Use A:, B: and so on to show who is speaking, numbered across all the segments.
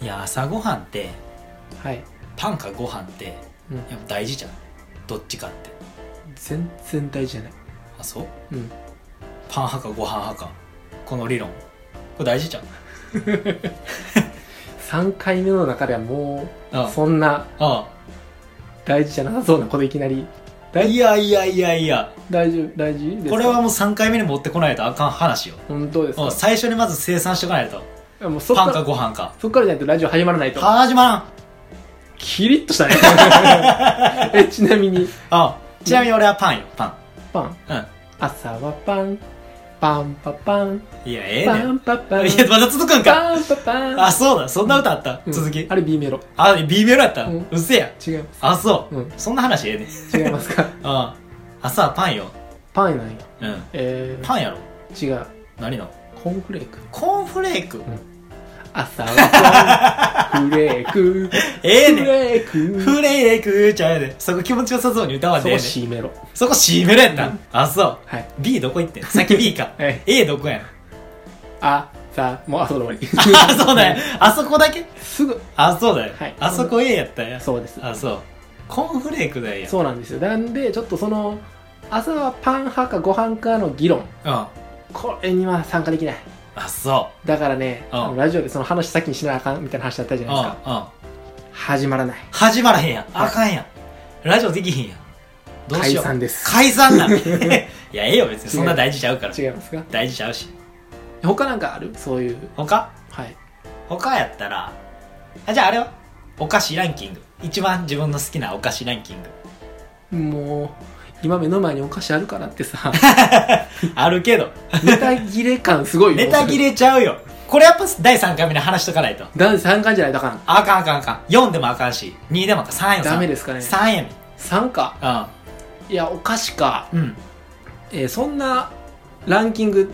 A: いや朝ごはんって
B: はい、
A: パンかご飯って
B: うん、
A: やっぱ大事じゃんどっちかって
B: 全然大事じゃない
A: あそう
B: うん
A: パン派かご飯派かこの理論これ大事じゃん
B: 3回目の中ではも
A: あ
B: うそんな
A: あ
B: 大事じゃなさそうなこといきなり
A: あ
B: 大
A: いやいやいやいや
B: 大丈夫大事ですか
A: これはもう3回目に持ってこないとあかん話よ
B: 本当です
A: うん最初にまず生産しておかないと
B: かもうそっ
A: パ
B: か
A: ンからご飯か
B: そっからじゃないとラジオ始まらないと
A: 始まらん
B: キリッと したねえちなみに
A: あちなみに俺はパンよパ
B: パン
A: ン
B: 朝はパンパンパパン
A: うんいやええ
B: パ
A: ねん
B: ンパパン
A: いやまた続くんか
B: パンパパン
A: あそうだそんな歌あった
B: うん
A: 続き
B: あれ B メロ
A: あ B メロやった
B: うん
A: うっせや
B: 違います
A: あそう
B: うん
A: そんな話ええねん
B: 違います か
A: ああ朝はパンよ
B: パンなんや
A: うん
B: え
A: パンやろ
B: ー、違う
A: 何の
B: コーンフレー ク
A: コーンフレーク
B: 朝はコーンフレーク
A: ええ
B: フ
A: ねん
B: レーク
A: フレークちゃうやでそこ気持ちよさそうに歌わん
B: そ
A: でええ
B: こ
A: ねん
B: C メロ
A: そこ C メロやったんあそう
B: はい
A: B どこ行ってんさっき B か
B: はい
A: A どこやん
B: あさもうあそこで終わ
A: あそうだよあそこだけ
B: りすぐ
A: あそうだよ
B: はい
A: あそこ A やったんや
B: そうです
A: あそうコーンフレークだよ
B: そうなんですよなんでちょっとその朝はパン派かご飯かの議論
A: うんあ
B: これには参加できない
A: そ
B: だからね
A: うん
B: あのラジオでその話先にしなあかんみたいな話だったじ
A: う
B: ゃ
A: うん
B: な
A: う
B: いですか
A: ん
B: 始まらない
A: 始まらへんやんあかんやんラジオできへんやんどうし
B: 解
A: よう
B: 散です
A: 解散 なんいやええよ別にそんな大事ちゃうから
B: 違いますか
A: 大事ちゃうし
B: 他なんかあるそういう
A: 他
B: はい
A: 他やったらあじゃああれはお菓子ランキング一番自分の好きなお菓子ランキング
B: もう今目の前にお菓子あるからってさ
A: あるけど
B: ネタ切れ感すごいよ
A: ネタ切れちゃうよこれやっぱ第3回目に話しとかないと
B: 男子3回じゃないとあかん
A: あかんあかんあかん4でもあかんし2でもあかん3よ
B: ダメですかね
A: 3や
B: 3かいやお菓子か、
A: みうん、うん、
B: えーそんなランキング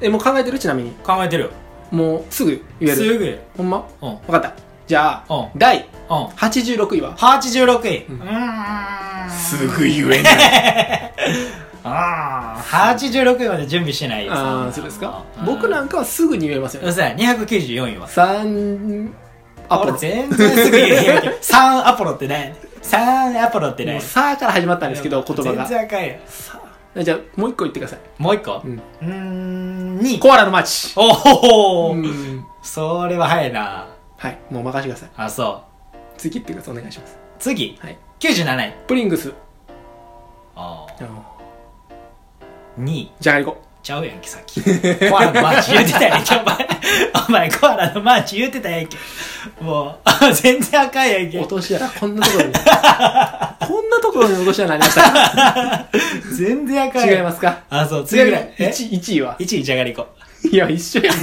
B: えもう考えてるちなみに
A: 考えてるよ
B: もうすぐ言え
A: す
B: る
A: ぐよ
B: ほんま
A: うんうん
B: 分かったじゃあ
A: う
B: 第
A: ん
B: 86位は
A: 86位
B: う
A: うんーん
B: 言えない
A: ああ86位まで準備してないよ
B: ああそうですか
A: うん
B: 僕なんかはすぐに言えますよ
A: う
B: ね
A: そや294位は
B: 3アポロ
A: 俺全然すぐ言えへん けど3アポロってね3アポロって
B: も
A: ね
B: うさあから始まったんですけど言葉
A: 全
B: が
A: 然あかんよ
B: さあじゃあもう一個言ってください
A: もう一個
B: う
A: うんーん2
B: コアラの街
A: おお、
B: うん
A: それは早いな
B: はいもう任せてください
A: あそ
B: 次行ってくださいお願いします
A: う次
B: はい
A: 97位
B: プリングス
A: ああ
B: あの
A: 2位
B: じゃがりこ
A: ちゃうやんけさっきコアラのマーチ言ってたや んけお前お前コアラのマーチ言ってたやんけもう全然あかんやんけ
B: 落とし穴こんなところ にこんなところに落とし穴ありました
A: 全然あかん
B: 違い
A: やん
B: ますか
A: あそう次ぐ
B: 次ぐら
A: ら
B: い
A: いえ
B: 1, 1位は
A: 1位じゃがりこ
B: いや一 緒やもん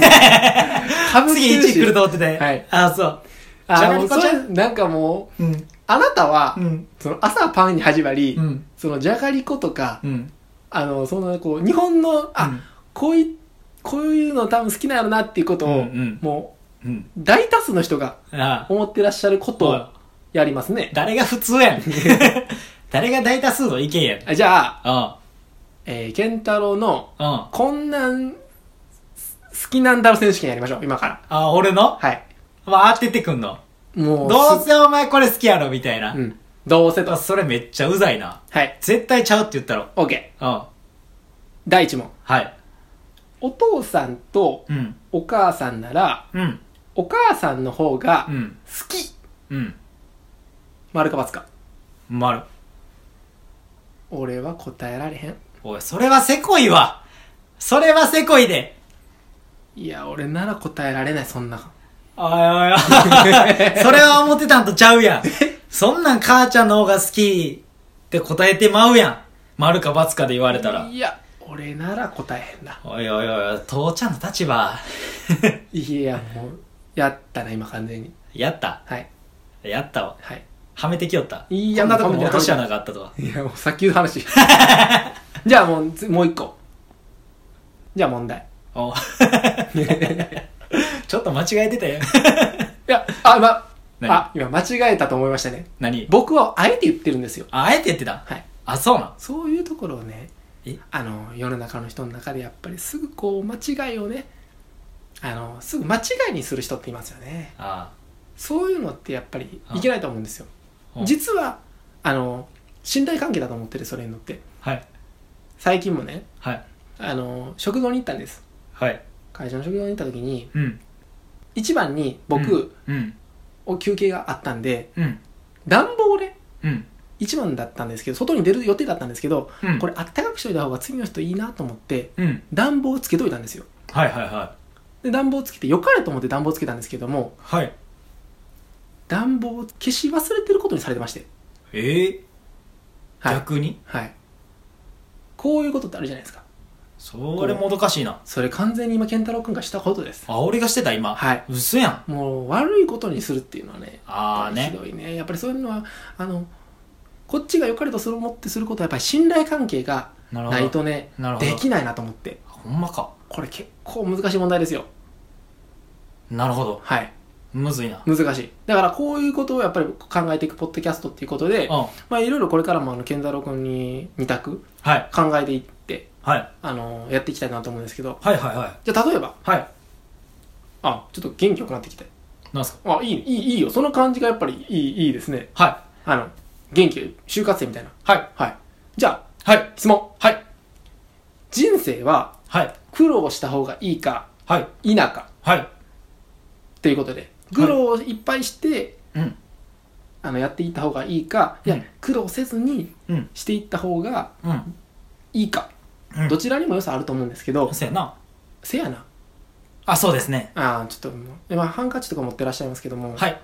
B: かぶって
A: 次1
B: るし
A: 位来ると思ってたやん
B: はい
A: あそうじ
B: あ
A: ゃが
B: も
A: り
B: う
A: こ
B: そ
A: ちゃん
B: れなんかもう
A: うん
B: あなたは、
A: うん
B: その朝はパンに始まり、
A: うん
B: そのじゃがりことか、
A: うん
B: あのそのこう日本のあ、
A: うん
B: こういこういうの多分好きなんやろなっていうことを、
A: うんうん
B: も
A: うん
B: う大多数の人が
A: ああ
B: 思ってらっしゃること
A: う
B: を
A: ん
B: やりますね、
A: 誰が普通 やん誰が大多数の意見やん
B: あじゃあ、
A: う
B: えー、ケンタロウの
A: んうん
B: こんなんす好きなんだろう選手権やりましょう今から
A: あ俺の
B: はい
A: まあ当ててくんの
B: もう
A: どう
B: す
A: せお前これ好きやろみたいな、
B: うん、どうせと
A: あそれめっちゃうざいな
B: はい
A: 絶対ちゃうって言ったろ
B: OK
A: うん
B: 第1問
A: はい
B: お父さんと
A: うん
B: お母さんなら
A: うん
B: お母さんの方が
A: う
B: 好
A: ん
B: き、
A: うん
B: 丸か×か
A: 丸
B: 俺は答えられへん
A: おいそれはせこいわそれはせこいで
B: いや俺なら答えられないそんな
A: おいおい おいそれは思ってたんとちゃうやんそんなん母ちゃんの方が好きって答えてまうやん丸か×かで言われたら
B: いや俺なら答えへんな
A: おいおいおいおい父ちゃんの立場
B: いやもうやったな今完全に
A: やった
B: はい
A: やったわ
B: はい
A: はめてきよった
B: いや
A: こんなとこ
B: もう
A: も
B: は
A: 落と
B: めてない
A: し穴があったとはい
B: やもうさっきの話 じゃあもうつもう一個じゃあ問題
A: お
B: い
A: ちょっと間違えてたよ
B: やあま
A: 何
B: あ今間違えたと思いましたね
A: 何
B: 僕はあえて言ってるんですよ
A: ああえて言ってた
B: はい
A: あそうなん
B: そういうところをね
A: え
B: あの世の中の人の中でやっぱりすぐこう間違いをねあのすぐ間違いにする人っていますよね
A: ああ
B: そういうのってやっぱり
A: はい
B: いけないと思うんですよ
A: うん
B: 実はあの信頼関係だと思ってるそれに乗って
A: はい
B: 最近もね
A: はい
B: あの食堂に行ったんです
A: はい
B: 会社の食堂に行った時に
A: うん
B: 一番に僕、
A: うん
B: お休憩があったんで
A: うん
B: 暖房をね
A: うん
B: 一番だったんですけど外に出る予定だったんですけど、
A: うん
B: これあったかくしといた方が次の人いいなと思って
A: うん
B: 暖房をつけといたんですよ
A: はいはいは
B: で暖房つけてよかれと思って暖房つけたんですけども
A: いはい
B: 暖房を消し忘れてることにされてまして
A: ええ
B: はい、
A: 逆に
B: はい、こういうことってあるじゃないですか
A: それもどかしいな
B: それ完全に今健太郎君がしたことです
A: あ俺がしてた今
B: はい
A: 嘘やん
B: もう悪いことにするっていうのはね
A: ああ
B: ひ
A: ね
B: どいねやっぱりそういうのはあのこっちが良かれとする思ってすることはやっぱり信頼関係が
A: な
B: な
A: る
B: い
A: ほど
B: とね
A: なるほど
B: できないなと思って
A: ほんまか
B: これ結構難しい問題ですよ
A: なるほど
B: はい
A: むずいな
B: 難しいだからこういうことをやっぱり考えていくポッドキャストっていうことで
A: うん
B: まあいろいろこれからもあの健太郎君に二択
A: はい
B: 考えていって
A: はい
B: あのやっていきたいなと思うんですけど
A: はいはいはい
B: じゃあ例えば
A: はい
B: あちょっと元気よくなってきて
A: なんすか
B: あいいいいいいよその感じがやっぱりいいいいですね
A: は
B: あの元気就活生みたいない
A: はい
B: はいじゃあ
A: はい
B: 質問
A: はい
B: 人生は
A: はい
B: 苦労した方がいいか
A: はい
B: 否か
A: はい
B: ということで苦労をいっぱいして、
A: うん
B: あのやっていった方がいいかいや、
A: うん
B: 苦労せずに
A: うん
B: していった方が
A: うん
B: いいか、
A: うん
B: どちらにも良さあると思うんですけど
A: そうやな
B: せやな
A: あそうですね
B: あーちょっともう今ハンカチとか持ってらっしゃいますけども、
A: はい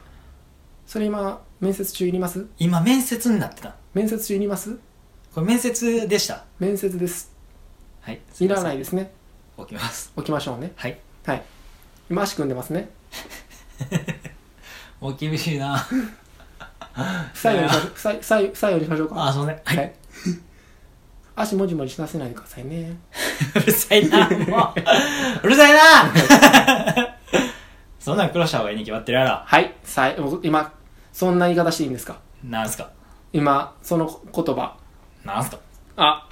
B: それ今面接中いります
A: 今面接になってた
B: 面接中いります
A: これ面接でした
B: 面接です
A: はい
B: いらないいですね
A: ません起きます
B: 起きましょうね
A: はい
B: はい今足組んでま すね
A: もう厳しいな
B: 不採用にしましょう不採不採不採用にしましょうか
A: あそうねはい
B: はい足もじもじしなせないでくださいね
A: うるさいな、もう。うるさいな そんなん苦労した方がいいに決まってるやろ。
B: はいさいもう今そんな言い方していいんですか
A: なんすか
B: 今その言葉
A: なんすか
B: あ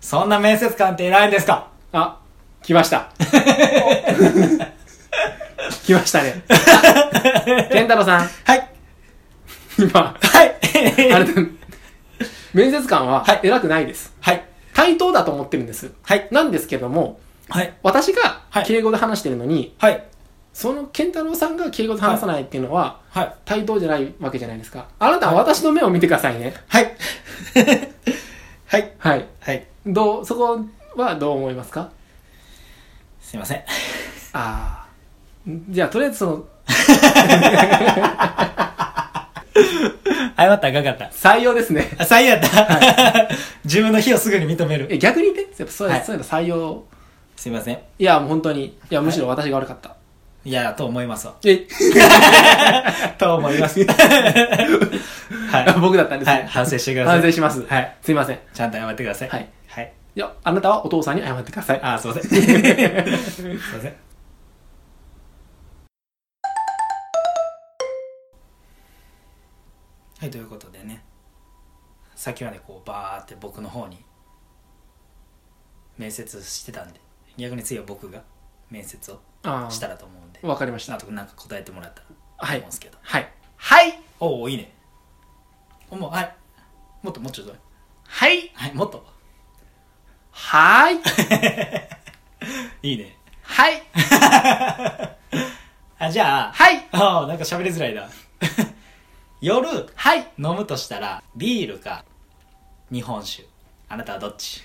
A: そんな面接官って偉いんですか
B: あ来ました 来まし たね健太郎さん
A: はい
B: 今
A: はい
B: あれだ面接官は
A: はい
B: 偉くないです、
A: はい
B: 対等だと思ってるんです
A: はい
B: なんですけども
A: はい
B: 私が
A: はい
B: 敬語で話してるのに、
A: はい
B: その健太郎さんが敬語で話さないっていうのは、
A: はい
B: 対等じゃないわけじゃないですかあなたは私の目を見てくださいね
A: はい はい
B: はい
A: はい
B: どうそこはどう思いますか
A: すいません。
B: ああじゃあとりあえずその
A: 謝ったらあかんかっ
B: 採用ですね
A: た。あ、最悪やった。 自分の非をすぐに認める。
B: え逆に言ってやっぱそう,、
A: はい
B: そういうの採用
A: すいません。
B: いやもう本当にいやむしろ私が悪かった、
A: いや、と思い ますわ。
B: え
A: と思い ます。は
B: 僕だったん
A: い。
B: です、
A: は
B: ね
A: い。反省してください。
B: 反省します、
A: はい。
B: すいません
A: ちゃんと謝ってください。
B: はい。
A: はい。
B: いやあなたはお父さんに謝ってください
A: あ、 すいません。すいません。はい、ということでね、さっきまでこう、バーって僕の方に面接してたんで、逆に次は僕が面接を
B: あ
A: したらと思うんで
B: あ、わかりまし
A: あ
B: た
A: となんか答えてもらったらと
B: は
A: 思うん
B: い
A: ですけど。
B: はいはい
A: おお、いいね。おもう、はい。もっともうちょっと。
B: はい
A: はい、もっと。
B: はい
A: いいね。
B: はい
A: あ、じゃあ、
B: はい
A: ああ、なんか喋りづらいな。 夜、飲
B: はい
A: むとしたら、ビールか、日本酒。あなたはどっち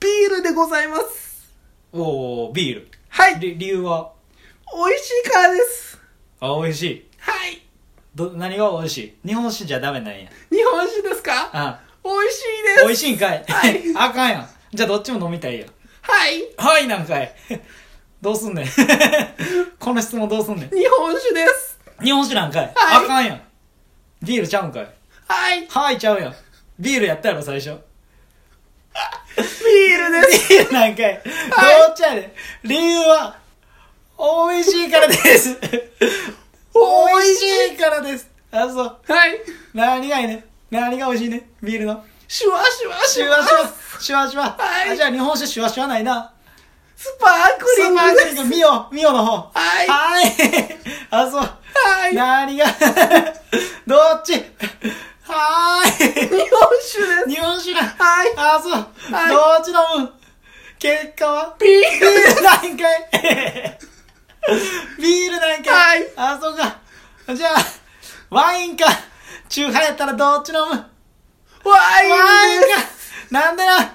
B: ビールでございます
A: おお、ビール。
B: はい
A: り理由は
B: 美味しいからです
A: あ、美味しい。
B: はい
A: ど、何が美味しい日本酒じゃダメなんや。
B: 日本酒です か
A: あ、
B: 美味しい
A: 美
B: です
A: 味しいんかい。
B: はい
A: あかんやん。じゃあどっちも飲みたいや。
B: はい
A: はい、なんかい。 どうすん ねん。この質問どうすんねん。
B: 日本酒です
A: 日本酒なんかい。
B: はい
A: あかんやん。ビールちゃうんかい。
B: はいビ
A: はい、ちゃうやん。ビールやったやろ、最初。
B: ールです
A: いやなんかい、どうっちゃうねん理由は、美味しいからです。美味しいからです。あ、そう。
B: はい
A: 何がいいね何が美味しいねビールの。
B: シュワシュワ
A: シ
B: シ
A: ュ
B: ュ
A: ワ
B: ワ
A: シュワ、シュワシュワ。
B: はい
A: あじゃあ日本酒シュワシュワないな。
B: スパークリングです
A: ミオ、ミオの方。
B: はい
A: はい。あ、そう。
B: はい
A: 何が どっちはーい
B: 日本酒です
A: 日本酒だ
B: はい
A: あそう、
B: は
A: どっち飲む結果は
B: ビー
A: ビ
B: ル
A: ール何回 ビール何回
B: はい
A: あそうかじゃあワインかチューハイやったらどっち飲むワイン
B: ワインで
A: かなんでな
B: す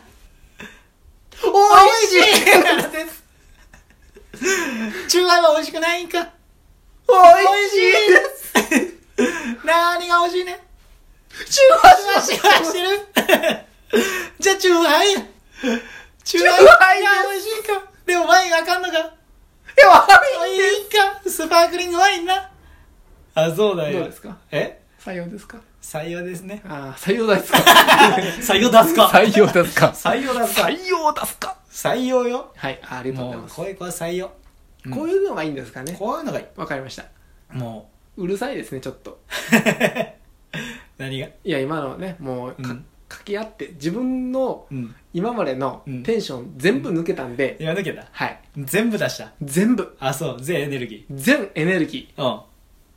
B: 美味しい
A: 美味しいですチューハイは美味しくないんか
B: 美味しいです
A: す何が美味しいね
B: チューハ
A: シュワ
B: シ
A: シ
B: ュ
A: ュ
B: ワ
A: ワ
B: し
A: してて
B: る
A: るじゃあチューハイやチュー
B: チュー
A: ハ
B: ハイ
A: イ
B: です
A: が美味しいかでもワインあかんのか
B: いやワイン
A: いいかスパークリングワインなあそうだ
B: どうですか
A: え
B: 採用ですか
A: 採用ですね
B: ああ採用ですか
A: 採用出すか
B: 採用ですか
A: 採用出すか
B: 採用ですか
A: 採用よ
B: はいありがとう
A: も
B: ございうます
A: こういう子は採用うん
B: こういうのがいいんですかね
A: こういうのがいい
B: わかりました
A: も
B: うるさいですねちょっと
A: う 何が
B: いや今のねもうか
A: うん
B: 掛け合って自分の
A: うん
B: 今までの
A: うん
B: テンション全部抜けたんで
A: 今抜けた
B: はい
A: 全部出した
B: 全部
A: あそう全エネルギ
B: 全エネルギ
A: ーうん
B: ー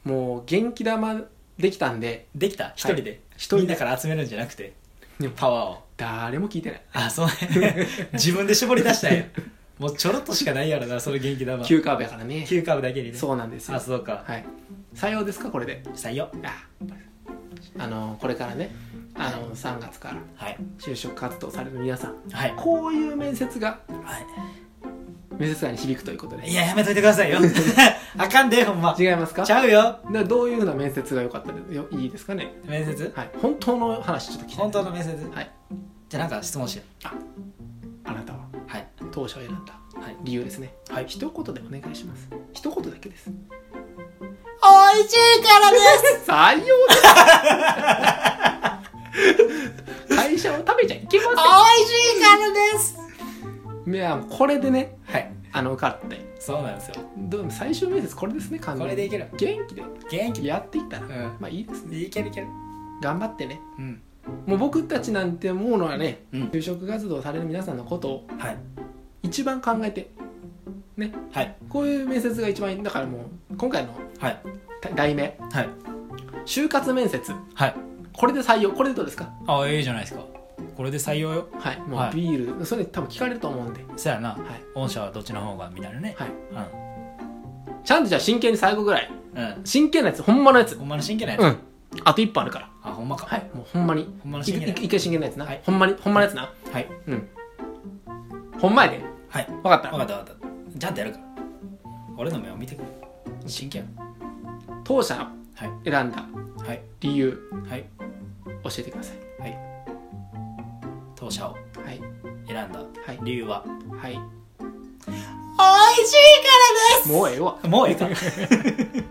B: もう元気玉できたんで
A: できた一人で
B: 一人で
A: みんなから集めるんじゃなくてパワーを
B: 誰も聞いてない
A: あそうね 自分で絞り出したんやもうちょろっとしかないやろなその元気玉
B: 急カーブやからね
A: 急カーブだけにね
B: そうなんですよ
A: あそうか
B: はい採用ですかこれで
A: 採用
B: ああのこれからねあの3月から
A: はい
B: 就職活動される皆さん
A: はい
B: こういう面接が
A: はい
B: 面接官に響くということで
A: いや、やめといてくださいよ。 あかんで、ほんま。
B: 違いますか
A: ちゃうよ。
B: でどういうふうな面接が良かったでよいいですかね
A: 面接
B: はい本当の話ちょっと聞きたい
A: 本当の面接
B: はい
A: じゃあなんか質問しよ
B: あなたは
A: う。はい。
B: 当社を選んだ
A: はい。
B: 理由ですね
A: はい。
B: 一言でお願いします一言だ けです
A: 美味しいからです
B: 採用だ会社を食べちゃいけま
A: しいからです
B: せんいやもうこれでね
A: はい。
B: あの受かって
A: そうなんですよ。
B: どう最終面接これですね完全に
A: これでいける
B: 元気で
A: 元気。
B: やっていったら、
A: うん
B: まあいいですね
A: いけるいける。
B: 頑張ってね
A: うん。
B: もう僕たちなんて思うのはね、
A: うん
B: 就職活動される皆さんのことを
A: はい。
B: 一番考えて
A: はい。
B: こういう面接が一番いいだからもう今回の
A: はい。
B: 題題名
A: はい。
B: 就活面接
A: はい。
B: これで採用これでどうですか
A: あ、いいじゃないですか。これで採用よ。
B: はいも
A: は
B: う
A: い
B: ビール、それ多分聞かれると思うんで、
A: そやな。
B: はい
A: 御社はどっちの方がみたいなね。
B: はい、
A: い。
B: ちゃんとじゃあ真剣に最後ぐらい
A: うん。うん。
B: 真剣なやつほんまのやつ
A: ほんまの真剣なやつ。
B: うんあと一本あるから
A: あ、ほんまか。
B: はいもうほんまに
A: ほんまの
B: い
A: 真剣なやつ
B: い一回真剣なやつな、
A: はい
B: ほんまにほんまのやつな
A: はい。
B: うんほんまやで
A: はい。
B: 分かった
A: わかったわかった。ちゃんとやるから。俺の目を見てくれ。真剣。
B: 当社の
A: はい。
B: 選んだ
A: はい。
B: 理由
A: はい。
B: 教えてください
A: 当社を
B: はい
A: 選んだ
B: はい
A: 理由は
B: はい
A: 美味しいか
B: もうええわ
A: らですもうええか